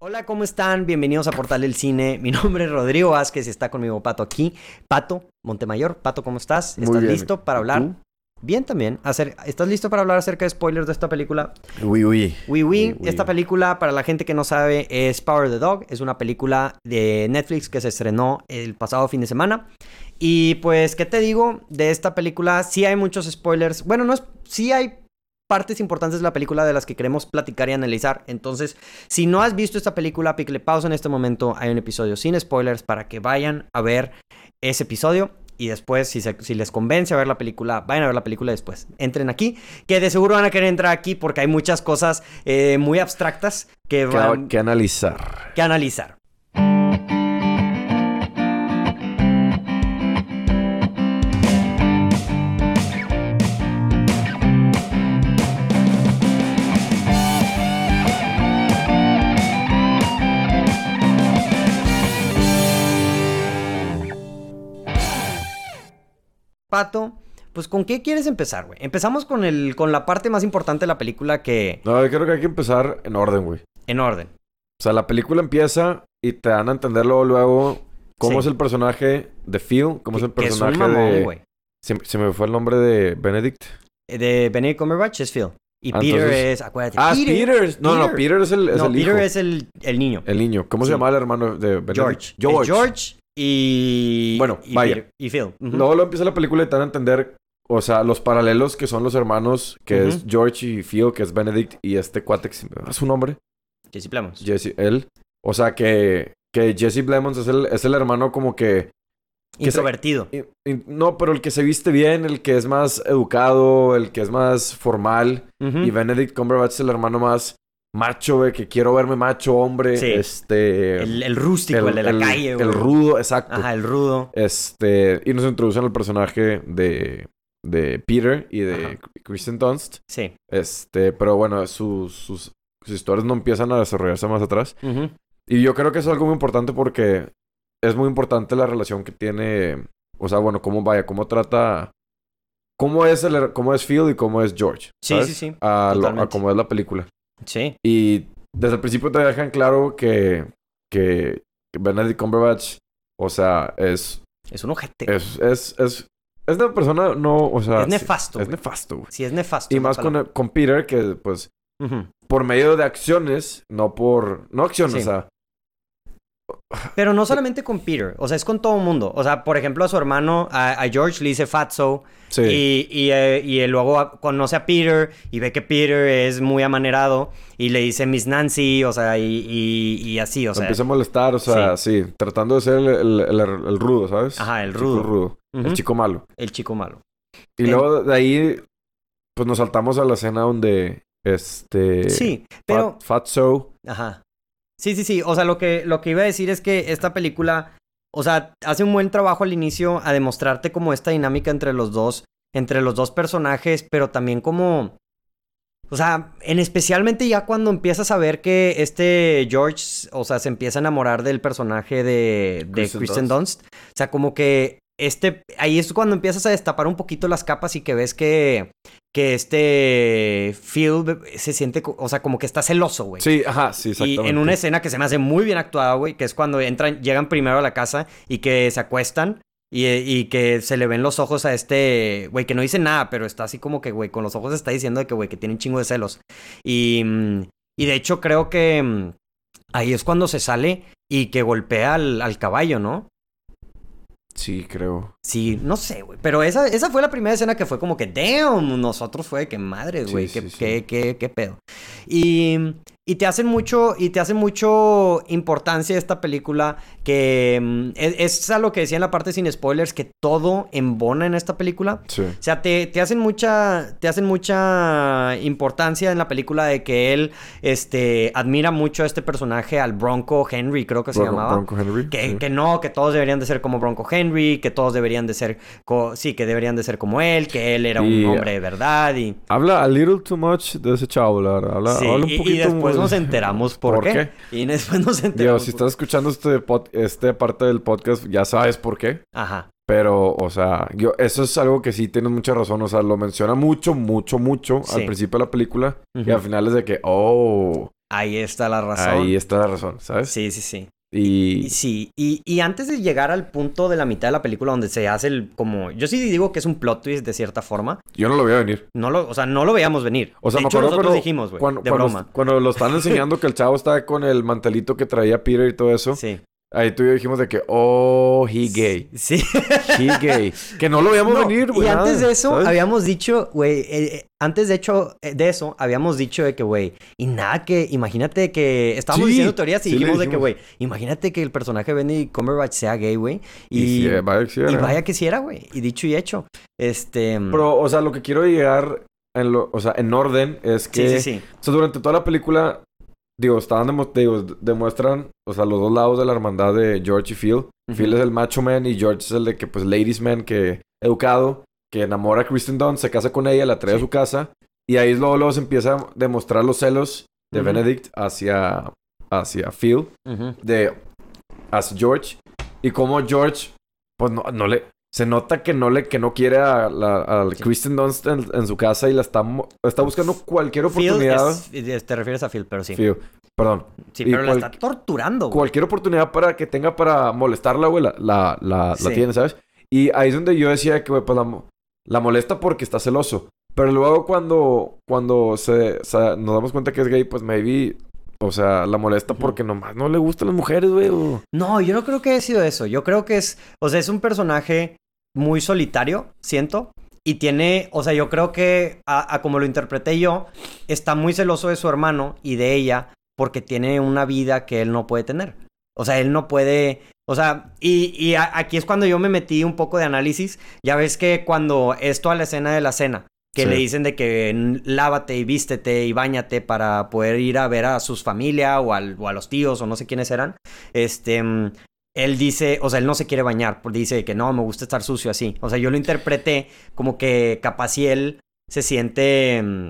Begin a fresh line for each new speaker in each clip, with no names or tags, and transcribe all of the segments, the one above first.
Hola, ¿cómo están? Bienvenidos a Portal del Cine. Mi nombre es Rodrigo Vázquez y está conmigo Pato aquí. Pato Montemayor, Pato, ¿cómo estás?
Muy
¿Estás
bien.
listo para
¿Y
hablar?
tú?
Bien también. Acer- ¿Estás listo para hablar acerca de spoilers de esta película?
Uy, uy.
Oui, oui.
Oui, oui.
Esta película, para la gente que no sabe, es Power the Dog. Es una película de Netflix que se estrenó el pasado fin de semana. Y pues, ¿qué te digo de esta película? Sí hay muchos spoilers. Bueno, no es... Sí hay partes importantes de la película de las que queremos platicar y analizar. Entonces, si no has visto esta película, picle pausa en este momento. Hay un episodio sin spoilers para que vayan a ver ese episodio. Y después, si, se- si les convence a ver la película, vayan a ver la película después. Entren aquí, que de seguro van a querer entrar aquí porque hay muchas cosas eh, muy abstractas que
¿Qué,
van
qué analizar?
que analizar. Pato, pues ¿con qué quieres empezar, güey? Empezamos con el con la parte más importante de la película que
No, yo creo que hay que empezar en orden, güey.
en orden.
O sea, la película empieza y te dan a entender luego, luego cómo
Sí.
es el personaje de Phil, cómo es el
Que- que
personaje
es un mamón,
de...
güey.
Se, se me fue el nombre de Benedict.
eh, de Benedict Cumberbatch es Phil. Y
Ah,
Peter
entonces-
es, acuérdate.
Ah, es Peter. No, no,
Peter.
Peter es el, es
no,
el
Peter
hijo.
es el, el niño.
El niño. ¿Cómo
Sí.
se llama el hermano de Benedict?
George.
George.
Es George y.
Bueno,
y
vaya.
Peter- y Phil. Ujú.
Luego lo empieza la película y te dan a entender, o sea, los paralelos que son los hermanos, que es
Ujú.
George y Phil, que es Benedict, y este cuate que se me va su nombre.
Jesse Plemons.
Jesse, él. O sea, que, que Jesse Plemons es el, es el hermano como que... que se-
Introvertido.
y- y- no, pero el que se viste bien, el que es más educado, el que es más formal.
Ujú.
Y Benedict Cumberbatch es el hermano más macho, güey, que quiero verme macho, hombre.
Sí.
Este...
el, el rústico, el, de la
el-
calle, güey.
El rudo, exacto.
Ajá, el rudo.
Este... Y nos introducen al personaje de... De Peter y de
Ajá.
Kristen Dunst.
Sí.
Este... Pero bueno, sus... sus sus historias no empiezan a desarrollarse más atrás.
Ujú.
Y yo creo que eso es algo muy importante porque es muy importante la relación que tiene. O sea, bueno, cómo vaya, cómo trata. Cómo es, el, cómo es Phil y cómo es George.
Sí,
¿sabes?
sí, sí.
A, lo- a
totalmente.
cómo es la película.
Sí.
Y desde el principio te dejan claro que, que Benedict Cumberbatch, o sea, es.
Es un ojete. Es,
Es, es, es, es una persona, no. O sea, sí,
nefasto.
es
güey.
nefasto, güey.
sí, es nefasto.
Y
es la
más con,
palabra.
con Peter, que pues
Ujú.
por medio de acciones, no por. No acciones,
Sí.
o sea.
Pero no solamente con Peter. O sea, es con todo mundo. O sea, por ejemplo, a su hermano, a, a George le dice Fatso.
Sí.
Y, y, eh, y él luego a- conoce a Peter y ve que Peter es muy amanerado y le dice Miss Nancy, o sea, y, y- y así, o
Se
sea.
empieza a molestar, o sea, sí, tratando de ser el, el- el- el rudo, ¿sabes?
Ajá, el
El
rudo.
chico rudo,
Ujú,
el chico malo.
malo.
Y
El-
luego de ahí, pues nos saltamos a la escena donde este.
sí,
Fat-
pero.
Fatso.
Ajá. Sí, sí, sí. O sea, lo que, lo que iba a decir es que esta película, o sea, hace un buen trabajo al inicio a demostrarte como esta dinámica entre los dos, entre los dos personajes, pero también como. O sea, en especialmente ya cuando empiezas a ver que este George, o sea, se empieza a enamorar del personaje de, de
Kristen
Kristen Dunst. O sea, como que este, ahí es cuando empiezas a destapar un poquito las capas y que ves que, que este Phil se siente, co- o sea, como que está celoso, güey.
Sí, ajá, sí,
Y
exactamente.
en una escena que se me hace muy bien actuada, güey, que es cuando entran, llegan primero a la casa y que se acuestan y, y que se le ven los ojos a este, güey, que no dice nada, pero está así como que, güey, con los ojos está diciendo de que, güey, que tiene un chingo de celos. Y, mm, y de hecho creo que mm, ahí es cuando se sale y que golpea al, al caballo, ¿no?
Sí, creo.
Sí, no sé, güey. Pero esa, esa fue la primera escena que fue como que, damn, nosotros fue de que madre,
Sí,
güey,
sí,
qué,
sí.
qué- qué- qué pedo. Y, y te hacen mucho, y te hacen mucho importancia esta película que mm, es, es a lo que decía en la parte sin spoilers, que todo embona en esta película.
Sí.
O sea, te, te hacen mucha. Te hacen mucha importancia en la película de que él este, admira mucho a este personaje, al Bronco Henry, creo que se
Bronco,
llamaba.
Bronco Henry.
Que,
sí.
que no, que todos deberían de ser como Bronco Henry, que todos deberían de ser, co- sí, que deberían de ser como él, que él era un
Y-
hombre de verdad y...
Habla a little too much de ese chavo, la verdad. Habla,
sí,
habla un
y- y
poquito.
después
muy-
nos enteramos por,
¿Por
qué?
qué?
Y después nos enteramos...
Digo, si
por-
estás escuchando este, pod- este parte del podcast, ya sabes por qué.
Ajá.
Pero, o sea, yo, eso es algo que sí tienes mucha razón. O sea, lo menciona mucho, mucho, mucho
Sí.
al principio de la película. Y
Ujú.
al final es de que, oh,
Ahí está la razón.
Ahí está la razón, ¿sabes?
Sí, sí, sí.
Y,
Y sí, y, y antes de llegar al punto de la mitad de la película donde se hace el como... Yo sí digo que es un plot twist de cierta forma.
yo no lo voy a venir.
No lo, o sea, no lo veíamos venir.
O sea,
de
me
hecho,
acuerdo
nosotros
cuando-
dijimos, güey,
Cuando,
Pues, de
cuando-
broma.
cuando lo están enseñando que el chavo está con el mantelito que traía Peter y todo eso,
Sí.
ahí tú y yo dijimos de que, oh, he gay.
Sí.
He gay. Que no lo veíamos
No,
venir, güey.
y antes
nada,
de eso,
¿sabes?
habíamos dicho, güey, eh, eh, antes de hecho eh, de eso, habíamos dicho de que, güey, y nada que, imagínate que estábamos
Sí,
diciendo teorías y
sí le
dijimos de que,
dijimos.
güey, imagínate que el personaje de Benny Cumberbatch sea gay, güey.
Y,
Y,
sí, eh, vaya que sí,
y
era.
vaya que sí era, güey. Y dicho y hecho. Este.
Pero, o sea, lo que quiero llegar, en lo- o sea, en orden, es que...
sí, sí, sí.
O sea, durante toda la película, digo, estaban demo- digo, demuestran, o sea, los dos lados de la hermandad de George y Phil.
Ujú.
Phil es el macho man y George es el de que, pues, ladies man, que educado, que enamora a Kristen Dunst, se casa con ella, la trae a su casa. Y ahí luego, luego se empieza a demostrar los celos de
Ujú.
Benedict hacia, hacia Phil,
Ujú.
de hacia George. Y como George, pues, no, no le... Se nota que no le, que no quiere a, la, a
Sí.
Kristen Dunst en, en su casa y la está, mo- está buscando cualquier
Phil
oportunidad.
es- es- te refieres a Phil, pero sí.
Fío. Perdón.
Sí,
Y
pero la
cual-
está torturando, güey.
Cualquier oportunidad para que tenga para molestarla, güey, la, la, la,
Sí.
la tiene, ¿sabes? Y ahí es donde yo decía que, güey, pues la, mo- la molesta porque está celoso. Pero luego cuando, cuando se, o sea, nos damos cuenta que es gay, pues maybe, o sea, la molesta
Ujú.
porque nomás no le gustan las mujeres, güey. o-
No, yo no creo que haya sido eso. Yo creo que es, o sea, es un personaje muy solitario, siento. Y tiene, o sea, yo creo que, a, a como lo interpreté yo, está muy celoso de su hermano y de ella porque tiene una vida que él no puede tener. O sea, él no puede, o sea, y, y a- aquí es cuando yo me metí un poco de análisis. Ya ves que cuando esto a la escena de la cena, que
Sí.
le dicen de que mm, lávate y vístete y bañate para poder ir a ver a sus familia o, al- o a los tíos o no sé quiénes eran, este, mm, él dice, o sea, él no se quiere bañar, porque dice que no, me gusta estar sucio así. O sea, yo lo interpreté como que capaz si él se siente... mm,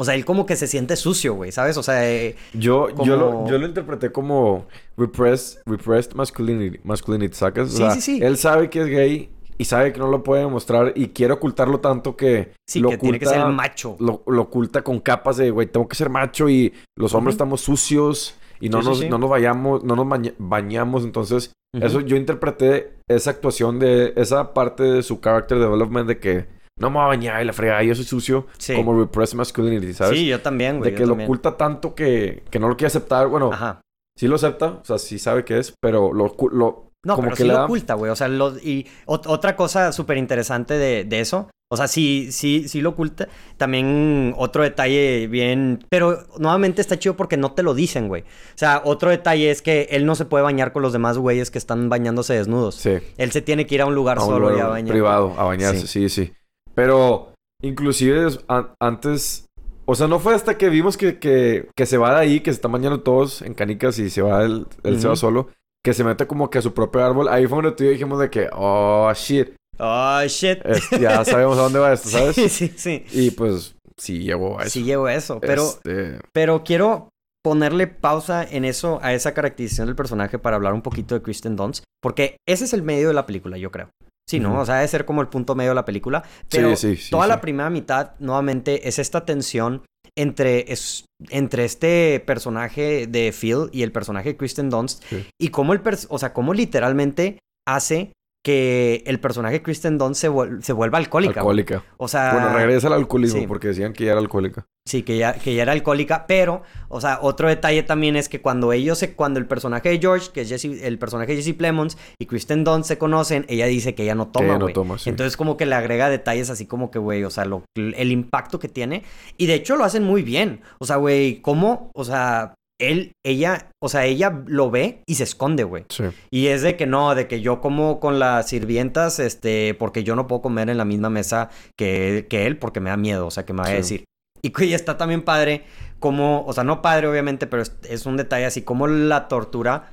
O sea, él como que se siente sucio, güey, ¿sabes? O sea, eh,
Yo, yo, lo,
Como-
yo lo interpreté como repressed, repressed masculinity, masculinity, ¿sacas? O
Sí,
sea,
sí, sí.
Él sabe que es gay y sabe que no lo puede demostrar y quiere ocultarlo tanto que
sí,
lo
que tiene que ser el
oculta
macho.
lo, lo oculta con capas de, güey, tengo que ser macho y los hombres
Ujú.
estamos sucios y no,
Sí, sí,
nos,
sí.
no nos vayamos, no nos baña- bañamos. Entonces,
Ujú.
eso yo interpreté esa actuación de esa parte de su character development de que no me voy a bañar y la fregada, yo soy sucio,
Sí.
como repressed masculinity, ¿sabes?
Sí, yo también, güey.
de
yo
que lo
también.
oculta tanto que, que no lo quiere aceptar. Bueno,
Ajá.
sí lo acepta, o sea, sí sabe que es, pero lo, ocu- lo
No,
como
pero
que
sí
le
lo
da-
oculta, güey. O sea, lo- y ot- otra cosa súper interesante de, de eso. O sea, sí, sí, sí lo oculta. También otro detalle bien. Pero nuevamente está chido porque no te lo dicen, güey. O sea, otro detalle es que él no se puede bañar con los demás güeyes que están bañándose desnudos.
Sí.
Él se tiene que ir a un lugar
a un
solo
lugar
y a bañar.
privado a bañarse, sí, sí. Pero inclusive es- an- antes, o sea, no fue hasta que vimos que, que, que se va de ahí, que se están bañando todos en canicas y se va él, él se va
Ujú.
solo, que se mete como que a su propio árbol. Ahí fue donde tú y yo dijimos de que, oh, shit,
Oh, shit.
es- ya sabemos a dónde va esto, Eh, ¿sabes?
Sí, sí, sí.
Y pues sí llegó a eso.
Sí llevo eso. Pero.
Este,
Pero quiero ponerle pausa en eso, a esa caracterización del personaje para hablar un poquito de Kristen Dunst, porque ese es el medio de la película, yo creo. Sí, ¿no?
Ujú.
O sea, debe ser como el punto medio de la película. Pero
sí, sí, sí,
toda
sí.
la primera mitad, nuevamente, es esta tensión entre, es- entre este personaje de Phil y el personaje de Kristen Dunst.
Sí.
Y cómo el pers- o sea, cómo literalmente hace que el personaje de Kristen Dunst se, vuel- se vuelva alcohólica. güey.
alcohólica.
O sea,
Bueno, regresa al alcoholismo
sí.
porque decían que ya era alcohólica.
Sí, que ya, que ya era alcohólica, pero, o sea, otro detalle también es que cuando ellos se, cuando el personaje de George, que es Jesse, el personaje de Jesse Plemons y Kristen Dunst se conocen, ella dice que ella no
que
toma,
ya Eh, no
güey.
toma, sí.
Entonces como que le agrega detalles así como que, güey, o sea, lo, el impacto que tiene. Y de hecho lo hacen muy bien. O sea, güey, ¿cómo? O sea, él, ella, o sea, ella lo ve y se esconde, güey.
Sí.
Y es de que no, de que yo como con las sirvientas, este, porque yo no puedo comer en la misma mesa que, que él, porque me da miedo, o sea, que me va a
Sí.
decir. Y que ya está también padre, como, o sea, no padre obviamente, pero es, es un detalle así, como la tortura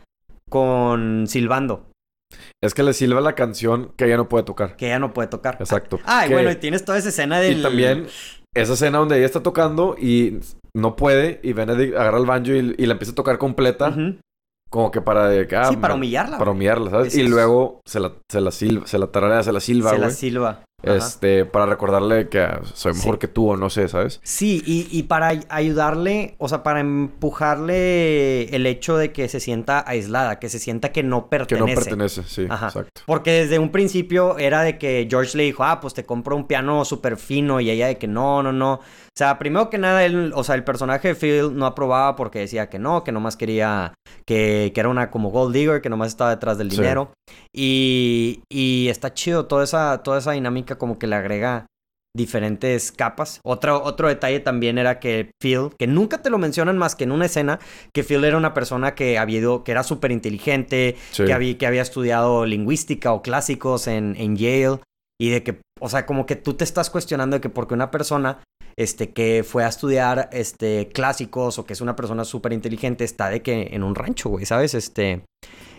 con silbando,
Es que le silba la canción que ella no puede tocar.
que ella no puede tocar.
Exacto.
Ay,
Que-
bueno, Ah, y tienes toda esa escena del...
Y también esa escena donde ella está tocando y no puede y Benedict agarra el banjo y, y la empieza a tocar completa
Ujú.
como que para de que, ah,
sí, para
me-
humillarla.
para
güey.
humillarla, ¿sabes?
Eso
y
es-
luego se la se la silba, se la tararea, se la silba,
Se la
güey.
silba. Ajá.
Este, para recordarle que ah, soy mejor
Sí.
que tú o no sé, ¿sabes?
Sí, y, y para ay- ayudarle, o sea, para empujarle el hecho de que se sienta aislada, que se sienta que no
Que
pertenece.
no pertenece, sí,
Ajá.
exacto.
Porque desde un principio era de que George le dijo, ah, pues te compro un piano súper fino y ella de que no, no, no. O sea, primero que nada, él, o sea, el personaje de Phil no aprobaba porque decía que no, que nomás quería, que, que era una como gold digger, que nomás estaba detrás del
Sí.
dinero. Y, y está chido, toda esa, toda esa dinámica como que le agrega diferentes capas. Otro, otro detalle también era que Phil, que nunca te lo mencionan más que en una escena, que Phil era una persona que había ido, que era súper inteligente,
Sí.
que, había, que había estudiado lingüística o clásicos en, en Yale y de que, o sea, como que tú te estás cuestionando de que porque una persona este, que fue a estudiar este, clásicos o que es una persona súper inteligente está de que en un rancho, güey, ¿sabes? Este,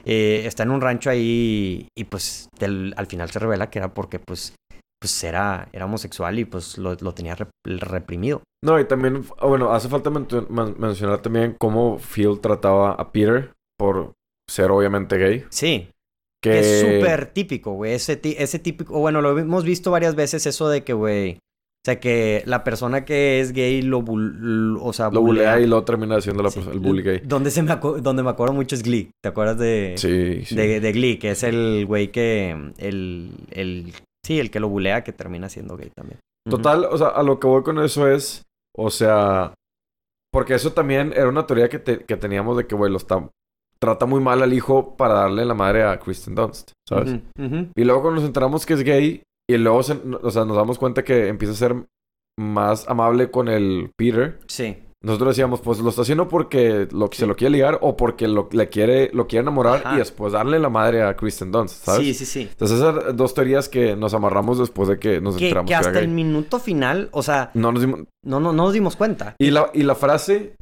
eh, está en un rancho ahí y pues del- al final se revela que era porque pues, pues era, era homosexual y pues lo, lo tenía rep- reprimido.
No, y también, ah, bueno, hace falta men- men- mencionar también cómo Phil trataba a Peter por ser obviamente gay.
Sí,
Que
Es súper típico, güey. Ese, ti- ese típico. Bueno, lo hemos visto varias veces eso de que, güey. O sea, que la persona que es gay lo, bul- o sea,
Lo bulea y lo termina haciendo la
Sí.
persona- el bully gay.
Donde, se me acu- donde me acuerdo mucho es Glee. ¿Te acuerdas de,
Sí, sí.
de, de Glee? Que es el güey que. El, el, sí, el que lo bulea que termina siendo gay también. Ujú.
Total, o sea, a lo que voy con eso es, o sea, porque eso también era una teoría que, te- que teníamos de que, güey, los tam- trata muy mal al hijo para darle la madre a Kristen Dunst, ¿sabes?
Ujú, ujú.
Y luego cuando nos enteramos que es gay y luego, se- o sea, nos damos cuenta que empieza a ser más amable con el Peter.
Sí.
Nosotros decíamos, pues lo está haciendo porque lo, se lo quiere ligar o porque lo, le quiere, lo quiere enamorar
Ajá.
y después darle la madre a Kristen Dunst, ¿sabes?
Sí, sí, sí.
Entonces esas dos teorías que nos amarramos después de que nos
Que,
enteramos
que
que era
hasta el
gay.
minuto final, o sea,
No nos dimos...
no, no, no nos dimos cuenta.
Y la, y la frase,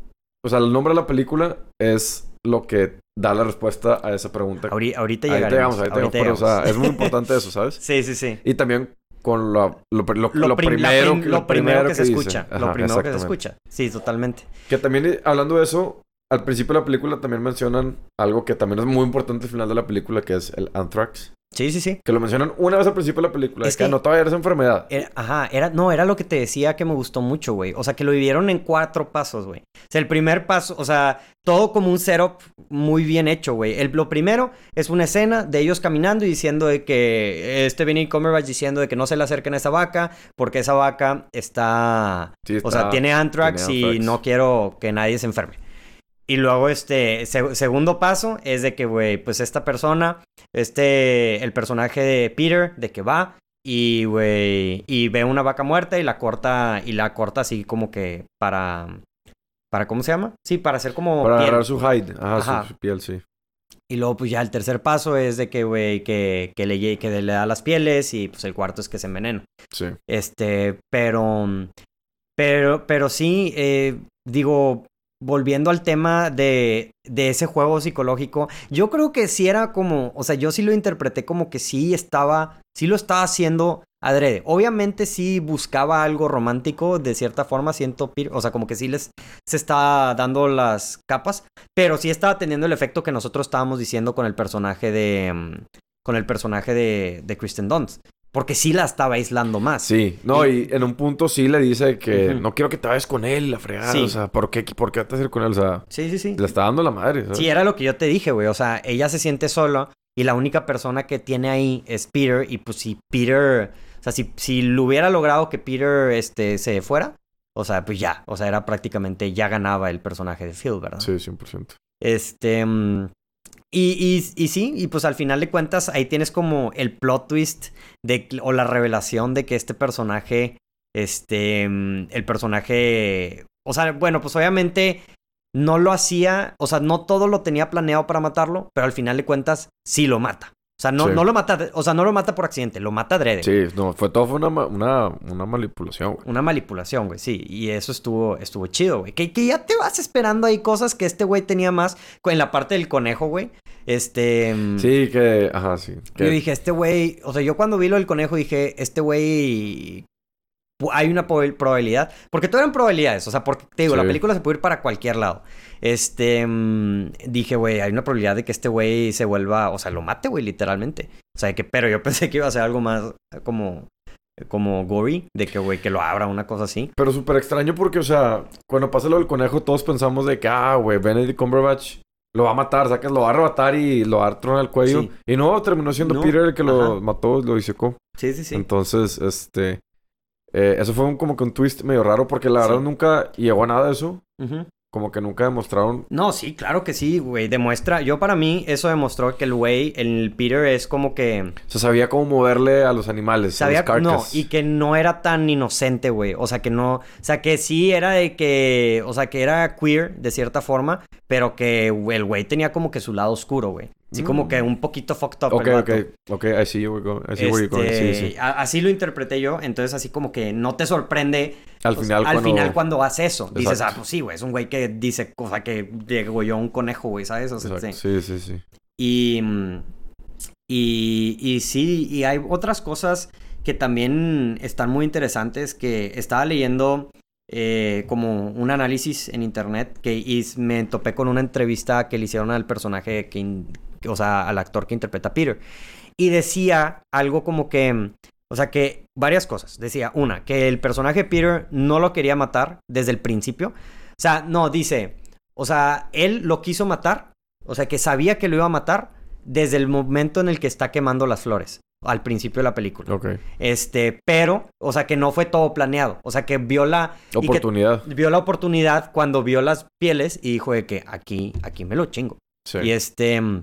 o sea, el nombre de la película es lo que da la respuesta a esa pregunta.
Ahori- ahorita
Ahí
llegaremos.
llegamos, ahí llegamos,
ahorita
Pero, o
llegamos.
sea, es muy importante eso, ¿sabes?
Sí, sí, sí.
Y también con la- lo, pri- lo-
lo,
lo
prim- la
primero,
prim-
que-
lo
lo
primero que, se
dice.
escucha. lo
Ajá,
primero que se
exactamente.
escucha. Sí, totalmente.
Que también, eh, hablando de eso, al principio de la película también mencionan algo que también es muy importante al final de la película, que es el anthrax.
Sí, sí, sí.
Que lo mencionan una vez al principio de la película.
Es
Es que, "Ah,
que-
no todavía eres enfermedad.
Era- Eh, ajá, era, no, era lo que te decía que me gustó mucho, güey. O sea, que lo vivieron en cuatro pasos, güey. O sea, el primer paso, o sea, todo como un setup muy bien hecho, güey. El- Lo primero es una escena de ellos caminando y diciendo de que este Benny Cumberbatch diciendo de que no se le acerquen a esa vaca porque esa vaca está
Sí,
O sea,
está-
tiene anthrax
tiene
y
anthrax.
no quiero que nadie se enferme. Y luego, este, se- segundo paso es de que, güey, pues esta persona, este, el personaje de Peter, de que va y, güey, y ve una vaca muerta y la corta, y la corta así como que para, para, ¿cómo se llama? Sí, para hacer como
Para
piel.
agarrar su hide. Ajá, su-
Ajá.
Su, piel, sí.
Y luego, pues ya el tercer paso es de que, güey, que, que, le, lle- que le da las pieles y, pues, el cuarto es que se envenena.
Sí.
Este, pero. Pero, pero sí, eh, digo, volviendo al tema de, de ese juego psicológico, yo creo que sí era como. O sea, yo sí lo interpreté como que sí estaba. Sí lo estaba haciendo adrede. Obviamente sí buscaba algo romántico, de cierta forma, siento. Pir- O sea, como que sí les se está dando las capas. Pero sí estaba teniendo el efecto que nosotros estábamos diciendo con el personaje de. mm, Con el personaje de, de Kristen Dunst. Porque sí la estaba aislando más.
Sí, no, y en un punto sí le dice que
Ujú.
no quiero que te vayas con él, la fregada.
Sí.
O sea, ¿por qué, ¿por qué te vas a ir con él? O sea,
Sí, sí, sí.
le está dando la madre. ¿sabes?
Sí, era lo que yo te dije, güey. O sea, ella se siente sola y la única persona que tiene ahí es Peter. Y pues si Peter, o sea, si, si lo hubiera logrado que Peter este, se fuera, o sea, pues ya. O sea, era prácticamente ya ganaba el personaje de Phil, ¿verdad?
Sí, 100%.
Este. mm, Y, y, y sí, y pues al final de cuentas, ahí tienes como el plot twist de, o la revelación de que este personaje. Este. mm, El personaje. O sea, bueno, pues obviamente. No lo hacía. O sea, no todo lo tenía planeado para matarlo. Pero al final de cuentas, sí lo mata. O sea, no,
Sí.
no lo mata. O sea, no lo mata por accidente, lo mata adrede.
Sí, no, fue todo fue una, ma- una, una manipulación, güey.
Una manipulación, güey, sí. Y eso estuvo, estuvo chido, güey. Que, que ya te vas esperando ahí cosas que este güey tenía más. En la parte del conejo, güey. Este. mm,
Sí, que, ajá, sí. Que,
Yo dije, este güey, o sea, yo cuando vi lo del conejo dije, este güey, pu- hay una prob- probabilidad, porque todo eran probabilidades, o sea, porque te digo, la
Sí.
película se puede ir para cualquier lado. Este, mm, dije, güey, hay una probabilidad de que este güey se vuelva, o sea, lo mate, güey, literalmente. O sea, que, pero yo pensé que iba a ser algo más como, como gory, de que, güey, que lo abra, una cosa así.
Pero súper extraño porque, o sea, cuando pasa lo del conejo, todos pensamos de que, ah, güey, Benedict Cumberbatch lo va a matar, sacas, lo va a arrebatar y lo va a tronar el cuello.
Sí.
Y no, terminó siendo
No,
Peter el que lo
ajá.
mató, lo disecó.
Sí, sí, sí.
Entonces, este. eh, eso fue un- como que un twist medio raro porque la
Sí.
verdad nunca llegó a nada de eso.
Ujú.
Como que nunca demostraron.
No, sí, claro que sí, güey. Demuestra, yo para mí, eso demostró que el güey, el Peter es como que
O sea, sabía cómo moverle a los animales.
sabía,
a los
no,
carcass.
y que no era tan inocente, güey. O sea, que no, o sea, que sí era de que, o sea, que era queer de cierta forma, pero que güey, el güey tenía como que su lado oscuro, güey. Así como
Mm.
que un poquito fucked up.
Ok,
el
ok,
vato.
ok, I see you, go- I see where you're going. Sí,
Este,
sí.
a- así lo interpreté yo, entonces así como que no te sorprende
Al
pues,
final, cuando...
haces eso, dices, ah,
Exacto.
pues sí, güey, es un güey que dice, o sea, que degolló a un conejo, güey, ¿sabes? O sea,
Exacto,
sí.
Sí, sí, sí.
Y, mm, y, y sí, y hay otras cosas que también están muy interesantes que estaba leyendo eh, como un análisis en internet que, y me topé con una entrevista que le hicieron al personaje, que, in- o sea, al actor que interpreta a Peter. Y decía algo como que... mm, o sea que varias cosas. Decía, una, que el personaje Peter no lo quería matar desde el principio. O sea, no, dice, o sea, él lo quiso matar, o sea que sabía que lo iba a matar desde el momento en el que está quemando las flores, al principio de la película.
Ok.
Este, pero, o sea que no fue todo planeado, o sea que vio la... y que
Oportunidad.
vio la oportunidad cuando vio las pieles y dijo de que aquí, aquí me lo chingo.
Sí.
Y este... mm,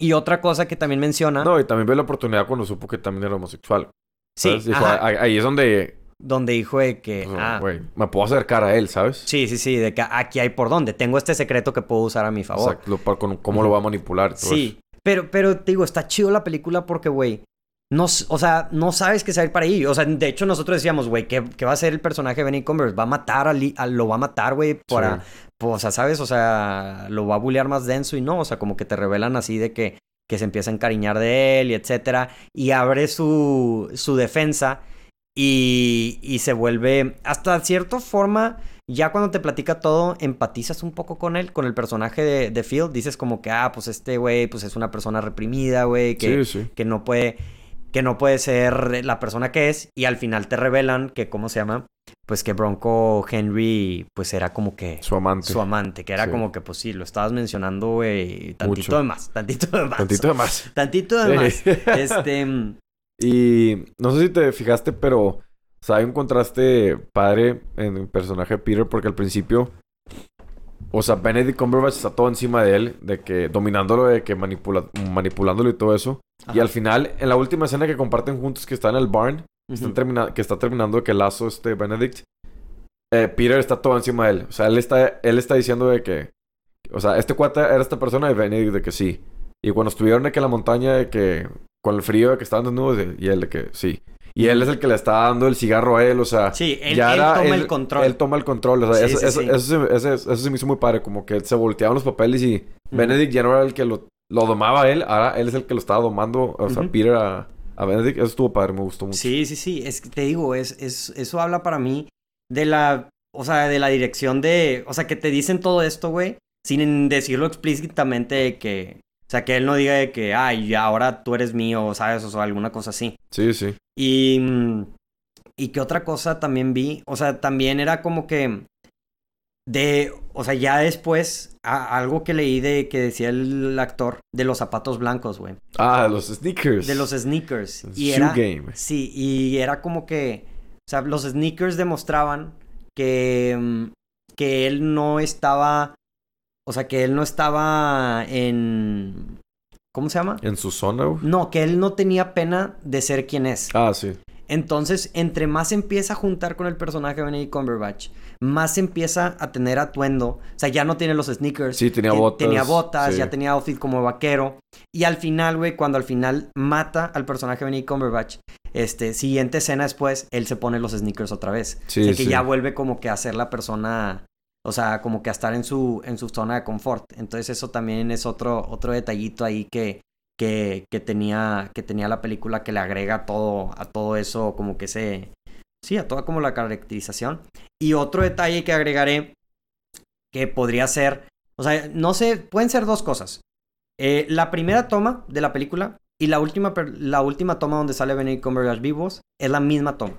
Y otra cosa que también menciona...
No, y también ve la oportunidad cuando supo que también era homosexual.
sí,
¿sabes? Dijo,
ajá,
"Ah, ah, ahí es donde
donde dijo de que...
pues,
ah,
güey, me puedo acercar a él, ¿sabes?
Sí, sí, sí, de que aquí hay por dónde. Tengo este secreto que puedo usar a mi favor.
Exacto, pues. lo- para- con- cómo lo va a manipular. y todo
Sí,
eso.
pero, pero te digo, está chido la película porque, güey, no, s- o sea, no sabes qué saber para ahí. O sea, de hecho nosotros decíamos, güey, ¿qué, qué va a hacer el personaje de Benny Converse? ¿Va a matar a, Lee- a- lo va a matar, güey? Para,
Sí.
pues, o sea, ¿sabes? O sea, lo va a bullear más denso y no, o sea, como que te revelan así de que, que se empieza a encariñar de él y etcétera. Y abre su, su defensa y, y se vuelve, hasta cierta forma, ya cuando te platica todo, empatizas un poco con él, con el personaje de, de Phil. Dices como que, ah, pues este güey, pues es una persona reprimida, güey, que,
Sí, sí.
que no puede que no puede ser la persona que es y al final te revelan que cómo se llama pues que Bronco Henry pues era como que
Su amante.
su amante, que era
Sí.
como que, pues sí, lo estabas mencionando, güey, tantito
Mucho.
de más, tantito de más.
Tantito de más.
Tantito de más.
Sí.
Este, mm,
Y no sé si te fijaste, pero o sea, hay un contraste padre en el personaje de Peter porque al principio, o sea, Benedict Cumberbatch está todo encima de él, de que dominándolo, de que manipula- manipulándolo y todo eso. Y
Ajá.
al final, en la última escena que comparten juntos, que está en el barn,
ujú.
están termina- que está terminando de que lazo este Benedict, eh, Peter está todo encima de él. O sea, él está, él está diciendo de que, o sea, este cuate era esta persona de Benedict de que sí. Y cuando estuvieron de que en la montaña de que, con el frío de que estaban desnudos, de- y él de que sí. Y él es el que le está dando el cigarro a él, o sea.
Sí, él,
ya
él
era-
toma
él-
el control.
Él toma el control, o sea,
Sí,
eso,
sí,
eso-
sí.
Eso, se- ese- eso se me hizo muy padre, como que se volteaban los papeles y
Mm.
Benedict ya no era el que lo, lo domaba a él, ahora él es el que lo estaba domando, o sea,
Ujú.
Peter a, a Benedict, eso estuvo padre, me gustó mucho.
Sí, sí, sí, es que te digo, es, es, eso habla para mí de la, o sea, de la dirección de, o sea, que te dicen todo esto, güey, sin decirlo explícitamente de que, o sea, que él no diga de que, ay, ahora tú eres mío, ¿sabes? O sea, alguna cosa así.
Sí, sí.
Y, mm, y que otra cosa también vi, o sea, también era como que de, o sea, ya después, a- algo que leí de que decía el actor de los zapatos blancos, güey,
Ah, los sneakers.
de los sneakers. Y
Shoe
era,
game.
sí, y era como que, o sea, los sneakers demostraban que, mm, que él no estaba, o sea, que él no estaba en, ¿cómo se llama?
En su zona, güey.
No, que él no tenía pena de ser quien es.
Ah, sí.
Entonces, entre más se empieza a juntar con el personaje de Benedict Cumberbatch, más se empieza a tener atuendo. O sea, ya no tiene los sneakers.
Sí, tenía
te-
botas.
Tenía botas,
sí.
ya tenía outfit como vaquero. Y al final, güey, cuando al final mata al personaje de Benedict Cumberbatch, este, siguiente escena después, él se pone los sneakers otra vez.
Sí,
o sea, que
sí.
ya vuelve como que a ser la persona... O sea, como que a estar en su, en su zona de confort. Entonces, eso también es otro, otro detallito ahí que, que, que tenía, que tenía la película que le agrega todo, a todo eso, como que se. Sí, a toda como la caracterización. Y otro detalle que agregaré que podría ser. O sea, no sé, pueden ser dos cosas. Eh, la primera toma de la película Y la última, per- la última toma donde sale Benedict Cumberbatch vivos es la misma toma.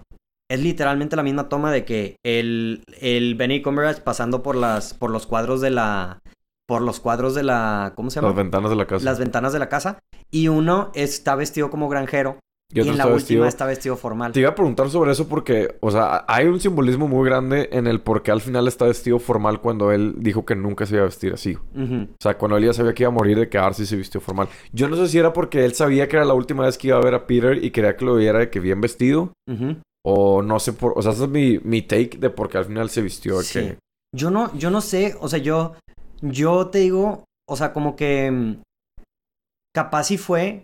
Es literalmente la misma toma de que el, el Benedict Cumberbatch pasando por las por los cuadros de la por los cuadros de la ¿cómo se
Las
llama?
ventanas de la casa.
Las ventanas de la casa y uno está vestido como granjero y,
Yo te
en la
estaba
última
vestido-
está vestido formal.
Te iba a preguntar sobre eso porque, o sea, hay un simbolismo muy grande en el por qué al final está vestido formal cuando él dijo que nunca se iba a vestir así. O
Ujú.
sea, cuando él ya sabía que iba a morir de quedarse y se vistió formal. Yo no sé si era porque él sabía que era la última vez que iba a ver a Peter y quería que lo viera de que bien vestido.
Ujú.
O no sé por... O sea, ese es mi, mi take de por qué al final se vistió de
Sí.
que...
Yo no, yo no sé, o sea, yo, yo te digo, o sea, como que mm, capaz si fue,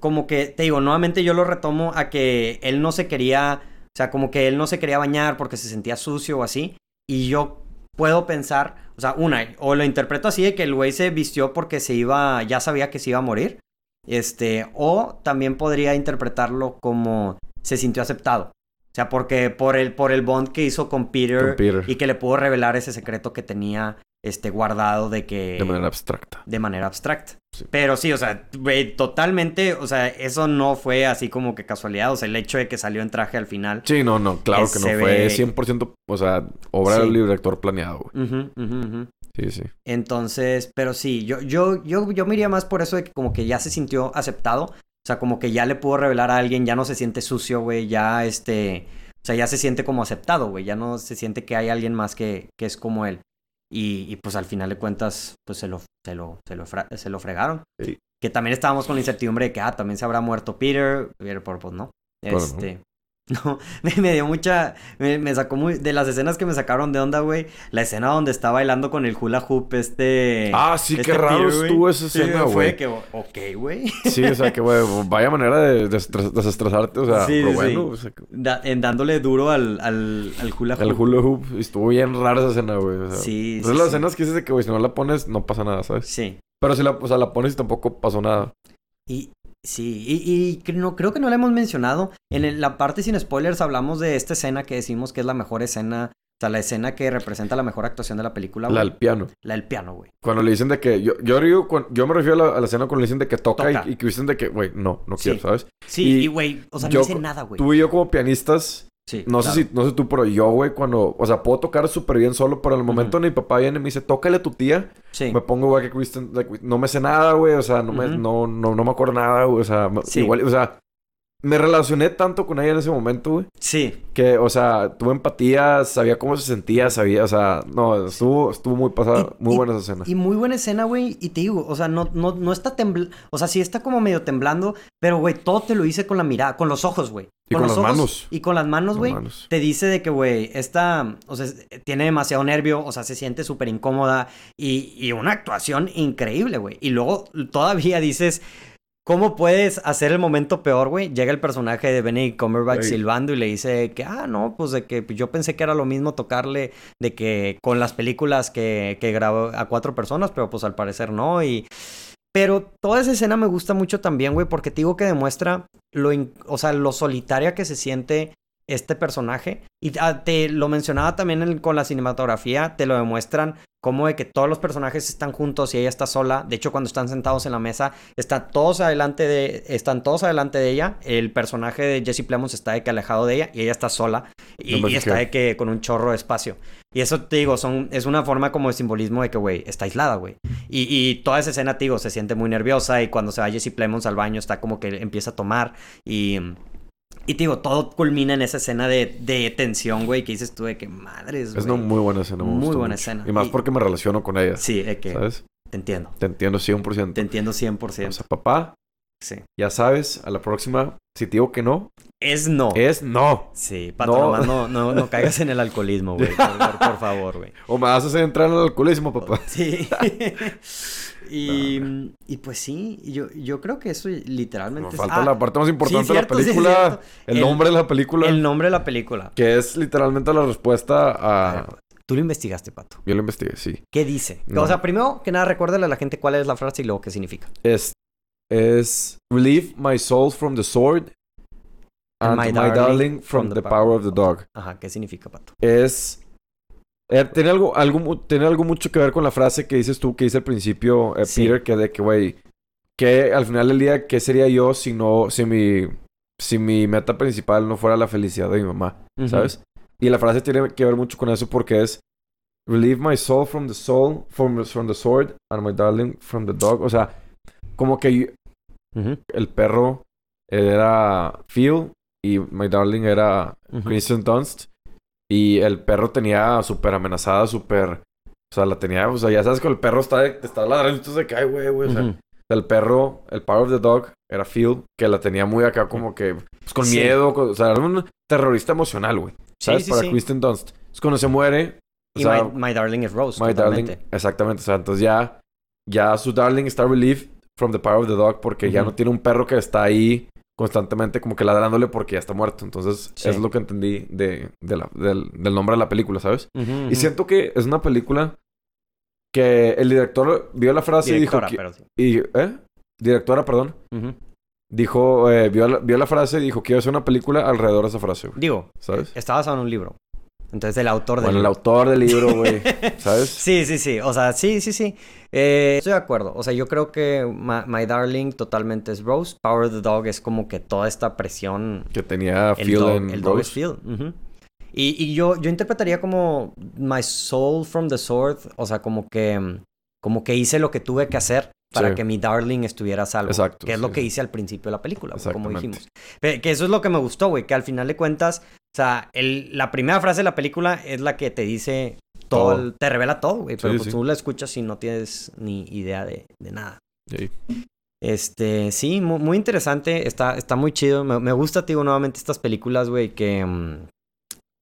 como que, te digo, nuevamente yo lo retomo a que él no se quería, o sea, como que él no se quería bañar porque se sentía sucio o así, y yo puedo pensar, o sea, una, o lo interpreto así de que el güey se vistió porque se iba, ya sabía que se iba a morir, este, o también podría interpretarlo como se sintió aceptado. O sea, porque por el, por el bond que hizo con
Con
Peter,
Peter.
y que le pudo revelar ese secreto que tenía este guardado de que
De manera abstracta.
de manera abstracta.
Sí.
Pero sí, o sea, güey, totalmente, o sea, eso no fue así como que casualidad, o sea, el hecho de que salió en traje al final.
Sí, no, no. Claro que
Ese
no fue
ve-
100%... O sea, obra
Sí.
del director planeado, güey.
Ujú, ujú, ujú.
Sí, sí.
Entonces, pero sí, yo yo yo yo me iría más por eso de que como que ya se sintió aceptado, o sea, como que ya le pudo revelar a alguien, ya no se siente sucio, güey, ya este, o sea, ya se siente como aceptado, güey, ya no se siente que hay alguien más que, que es como él. Y, y, pues al final de cuentas, pues se lo, se lo, se lo, fra- se lo fregaron.
Sí.
Que también estábamos con la incertidumbre de que, ah, también se habrá muerto Peter, pero por- pues no.
Claro, ¿no?
Este, no, me, me dio mucha, me, me sacó muy, de las escenas que me sacaron de onda, güey, la escena donde está bailando con el hula hoop, este...
Ah, sí,
este
qué raro
Peter, güey.
estuvo esa
Sí,
escena,
Fue
güey.
de que, ok, güey.
Sí, o sea, que, güey, vaya manera de desestres- desestresarte, o sea,
Sí,
pero
sí,
bueno,
sí.
o sea, que-
Da- en dándole duro al, al, al hula hoop.
el hula hoop estuvo bien rara esa escena, güey, o sea. pues
Sí,
Entonces
sí,
las
sí.
escenas que dices de que, güey, si no la pones, no pasa nada, ¿sabes?
Sí.
Pero si la, o sea, la pones y tampoco pasó nada.
Y sí, y, y cre- no, creo que no la hemos mencionado. En el- la parte sin spoilers hablamos de esta escena que decimos que es la mejor escena, o sea, la escena que representa la mejor actuación de la película,
La
güey.
del piano.
La del piano, güey.
Cuando le dicen de que, yo, yo digo, cuan- yo me refiero a la, a la escena cuando le dicen de que toca,
Toca.
Y, y que dicen de que, güey, no, no
Sí.
quiero, ¿sabes?
Sí,
Y
y güey, o sea, no
yo
dice
co-
nada, güey.
Tú y yo como pianistas,
Sí,
no
claro.
sé si, no sé tú, pero yo, güey, cuando, o sea, puedo tocar súper bien solo, pero en el momento en mi papá viene y me dice, tócale a tu tía.
Sí.
Me pongo igual que Kristen, like, no me sé nada, güey, o sea, no me,
Ujú.
no, no, no me acuerdo nada, güey, o sea, me-
Sí.
igual, o sea, me relacioné tanto con ella en ese momento, güey,
Sí.
que, o sea, tuve empatía, sabía cómo se sentía, sabía, o sea, no, estuvo, estuvo muy pasada,
Y-
muy
y-
buena esa escena.
Y muy buena escena, güey. Y te digo, o sea, no, no, no está temblando. O sea, sí está como medio temblando. Pero, güey, todo te lo hice con la mirada, con los ojos, güey.
Y con
los
las
ojos
manos.
Y con las manos,
No
güey.
mames.
te dice de que, güey, esta, o sea, es- tiene demasiado nervio, o sea, se siente súper incómoda y, y una actuación increíble, güey. Y luego todavía dices, ¿cómo puedes hacer el momento peor, güey? Llega el personaje de Benny Cumberbatch
Ey.
silbando y le dice que, ah, no, pues de que yo pensé que era lo mismo tocarle de que con las películas que, que grabó a cuatro personas, pero pues al parecer no y... Pero toda esa escena me gusta mucho también, güey, porque te digo que demuestra lo, in- o sea, lo solitaria que se siente este personaje. Y ah, te lo mencionaba también en- con la cinematografía, te lo demuestran como de que todos los personajes están juntos y ella está sola. De hecho, cuando están sentados en la mesa, están todos adelante de, están todos adelante de ella. El personaje de Jesse Plemons está de que alejado de ella y ella está sola y,
No me
y está
fijé.
de que con un chorro de espacio. Y eso te digo, son, es una forma como de simbolismo de que, güey, está aislada, güey. Y, y toda esa escena, te digo, se siente muy nerviosa y cuando se va Jesse Plemons al baño está como que empieza a tomar y... Y te digo, todo culmina en esa escena de, de tensión, güey, que dices tú de que madres,
Es
güey.
una muy buena escena, me
Muy
gustó
buena
mucho.
escena.
Y más
Y-
porque me relaciono con ella,
Sí, es que
¿sabes?
te entiendo.
Te entiendo 100%.
Te entiendo 100%.
O sea, papá,
sí.
ya sabes, a la próxima, si te digo que no,
Es no.
es no.
Sí, Pato,
No.
nomás no, no, no caigas en el alcoholismo, güey. Por, por- por favor, güey.
O me vas a hacer entrar en el alcoholismo, papá.
Sí. y, y pues sí, yo, yo creo que eso
Nos
literalmente... es-
falta
Ah,
la parte más importante
sí, cierto,
de
sí,
la película,
cierto.
el,
El-
nombre de la película.
el nombre de la película.
Que es literalmente la respuesta a...
Eh, Tú lo investigaste, Pato.
Yo lo investigué, sí.
¿Qué dice?
Ah. No.
O sea, primero que nada, recuérdale a la gente cuál es la frase y luego qué significa.
Es... Es... Relieve my soul from the sword and my, darling, from, the power of the dog.
Ajá, ¿qué significa, Pato?
Es... eh, tiene, algo, algo, mu- tiene algo mucho que ver con la frase que dices tú, que dice al principio eh,
Sí.
Peter, que de que, güey, que al final del día, ¿qué sería yo si no, si mi, si mi meta principal no fuera la felicidad de mi mamá?
Ujú.
¿Sabes? Y la frase tiene que ver mucho con eso porque es Relieve my soul from the soul, from, from the sword, and my darling from the dog. O sea, como que yo-
Ujú,
el perro era Phil y my darling era
ujú.
Kristen Dunst. Y el perro tenía súper amenazada, súper... O sea, la tenía... O sea, ya sabes que el perro está, te está ladrando y tú se cae, güey, güey. O sea,
Ujú.
el perro, el Power of the Dog, era Phil, que la tenía muy acá como que... pues, con
Sí.
miedo, con- o sea, era un terrorista emocional, güey.
Sí,
¿Sabes?
sí,
Para
sí.
Kristen Dunst. Es cuando se muere... O
Y
sea,
my, My Darling is Rose.
My
Pues,
Darling.
totalmente.
Exactamente. O sea, entonces ya... Ya su Darling está relieved from the Power of the Dog porque ya
Ujú.
no tiene un perro que está ahí constantemente como que ladrándole porque ya está muerto. Entonces,
Sí.
es lo que entendí de, de la- del, del nombre de la película, ¿sabes?
Ujú,
Y
ujú.
siento que es una película que el director vio la frase
Directora,
y dijo...
pero
que-
sí.
y, ¿Eh? Directora, perdón.
Ujú.
Dijo, eh, vio, la, vio la frase y dijo, quiero hacer una película alrededor de esa frase, güey.
Digo,
¿Sabes?
está basado en un libro. Entonces, el autor del
Bueno, el
libro.
autor del libro, güey. ¿Sabes?
Sí, sí, sí. O sea, sí, sí, sí. Eh, estoy de acuerdo. O sea, yo creo que My, My Darling totalmente es Rose. Power of the Dog es como que toda esta presión.
Que tenía
El
Phil
dog,
en
el dog
Rose.
es Phil. ujú. Y, y yo, yo interpretaría como My Soul from the Sword. O sea, como que, mm, como que hice lo que tuve que hacer para
Sí.
que mi Darling estuviera a salvo.
Exacto,
Que es
sí,
lo que
sí.
hice al principio de la película, güey, como
Exactamente.
dijimos. Pe- que eso es lo que me gustó, güey. Que al final de cuentas, o sea, el- la primera frase de la película es la que te dice todo,
Todo.
el- te revela todo, güey. Pero
Sí,
pues
sí.
tú la escuchas y no tienes ni idea de, de nada.
Ey.
Este, sí, mu- muy, interesante. Está, está muy chido. Me, me gusta, te digo, nuevamente estas películas, güey, que, mm,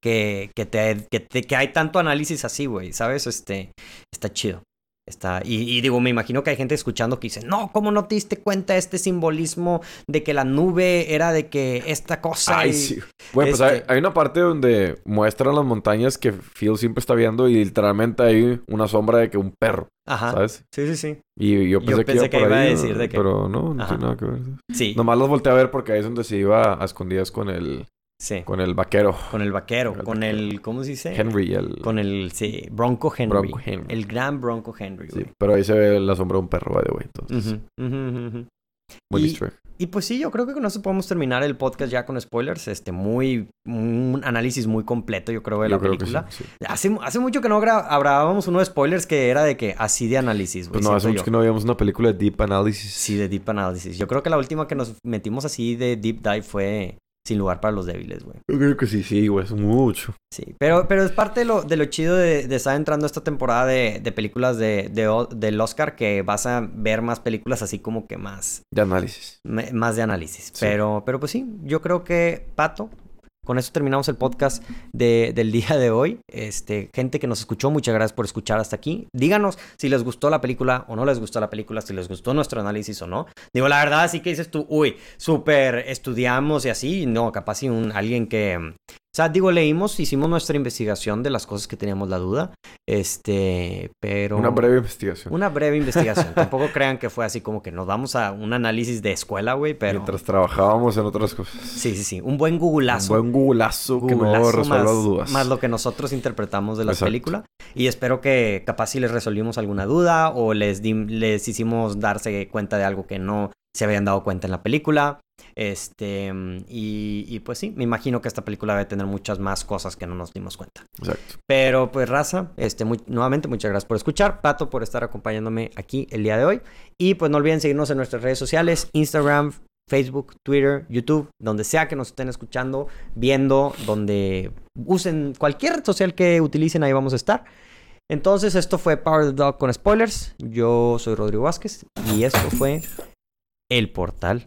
que, que, te, que, te- que hay tanto análisis así, güey, ¿sabes? Este, está chido. Está, y, y digo, me imagino que hay gente escuchando que dice, no, ¿cómo no te diste cuenta de este simbolismo de que la nube era de que esta cosa?
Ay,
y-
sí. Bueno, pues hay,
este-
hay una parte donde muestran las montañas que Phil siempre está viendo y literalmente hay una sombra de que un perro,
Ajá.
¿sabes?
Sí, sí, sí.
Y yo pensé,
Ah. pensé
que
que
iba, por
iba a
ahí,
decir de que-
Pero no, no
Ajá.
tiene nada que ver.
Sí,
Nomás los volteé a ver porque ahí es donde se iba a escondidas con el,
sí.
con el vaquero
Con el vaquero,
Con el
con el, ¿cómo se dice?
Henry, el
Con el, sí, Bronco Henry.
Bronco Henry.
El gran Bronco Henry,
Sí,
güey.
pero ahí se ve la sombra de un perro, by the way. Entonces,
Ujú, ujú, ujú, ujú.
buen
Y-
easter egg.
Y pues sí, yo creo que con eso podemos terminar el podcast ya con spoilers. Este, muy. Un análisis muy completo, yo creo, de
Yo
la
creo que
película.
sí, sí.
Hace, hace mucho que no gra- grabábamos uno de spoilers que era de que así de análisis, güey.
Pues no, hace
siento
mucho
yo.
que no veíamos una película de deep analysis.
Sí, de deep análisis. Yo creo que la última que nos metimos así de deep dive fue Sin lugar para los débiles, güey.
Yo creo que sí, sí, güey. Es mucho.
Sí, pero, pero es parte de lo, de lo chido de, de estar entrando a esta temporada de, de películas de, de O- del Oscar, que vas a ver más películas así como que más,
De análisis.
me- más de análisis.
Sí.
Pero, pero pues sí, yo creo que, Pato, con eso terminamos el podcast de- del día de hoy. Este, gente que nos escuchó, muchas gracias por escuchar hasta aquí. Díganos si les gustó la película o no les gustó la película, si les gustó nuestro análisis o no. Digo, la verdad, así que dices tú, uy, súper estudiamos y así. No, capaz si un, alguien que... mm, O sea, digo, leímos, hicimos nuestra investigación de las cosas que teníamos la duda. Este, pero...
Una breve investigación.
Una breve investigación. Tampoco crean que fue así como que nos vamos a un análisis de escuela, güey, pero...
Mientras trabajábamos en otras cosas.
Sí, sí, sí. Un buen googleazo.
Un buen googleazo que no
Googleazo
resuelva
más,
dudas.
más lo que nosotros interpretamos de la
Exacto.
película. Y espero que capaz si les resolvimos alguna duda o les, dim- les hicimos darse cuenta de algo que no se habían dado cuenta en la película. Este, mm, y, y pues sí, me imagino que esta película debe tener muchas más cosas que no nos dimos cuenta.
Exacto.
Pero pues raza, este, muy- nuevamente muchas gracias por escuchar, Pato por estar acompañándome aquí el día de hoy y pues no olviden seguirnos en nuestras redes sociales, Instagram, Facebook, Twitter, YouTube, donde sea que nos estén escuchando, viendo, donde usen cualquier red social que utilicen, ahí vamos a estar. Entonces esto fue Power the Dog con spoilers, yo soy Rodrigo Vázquez y esto fue El Portal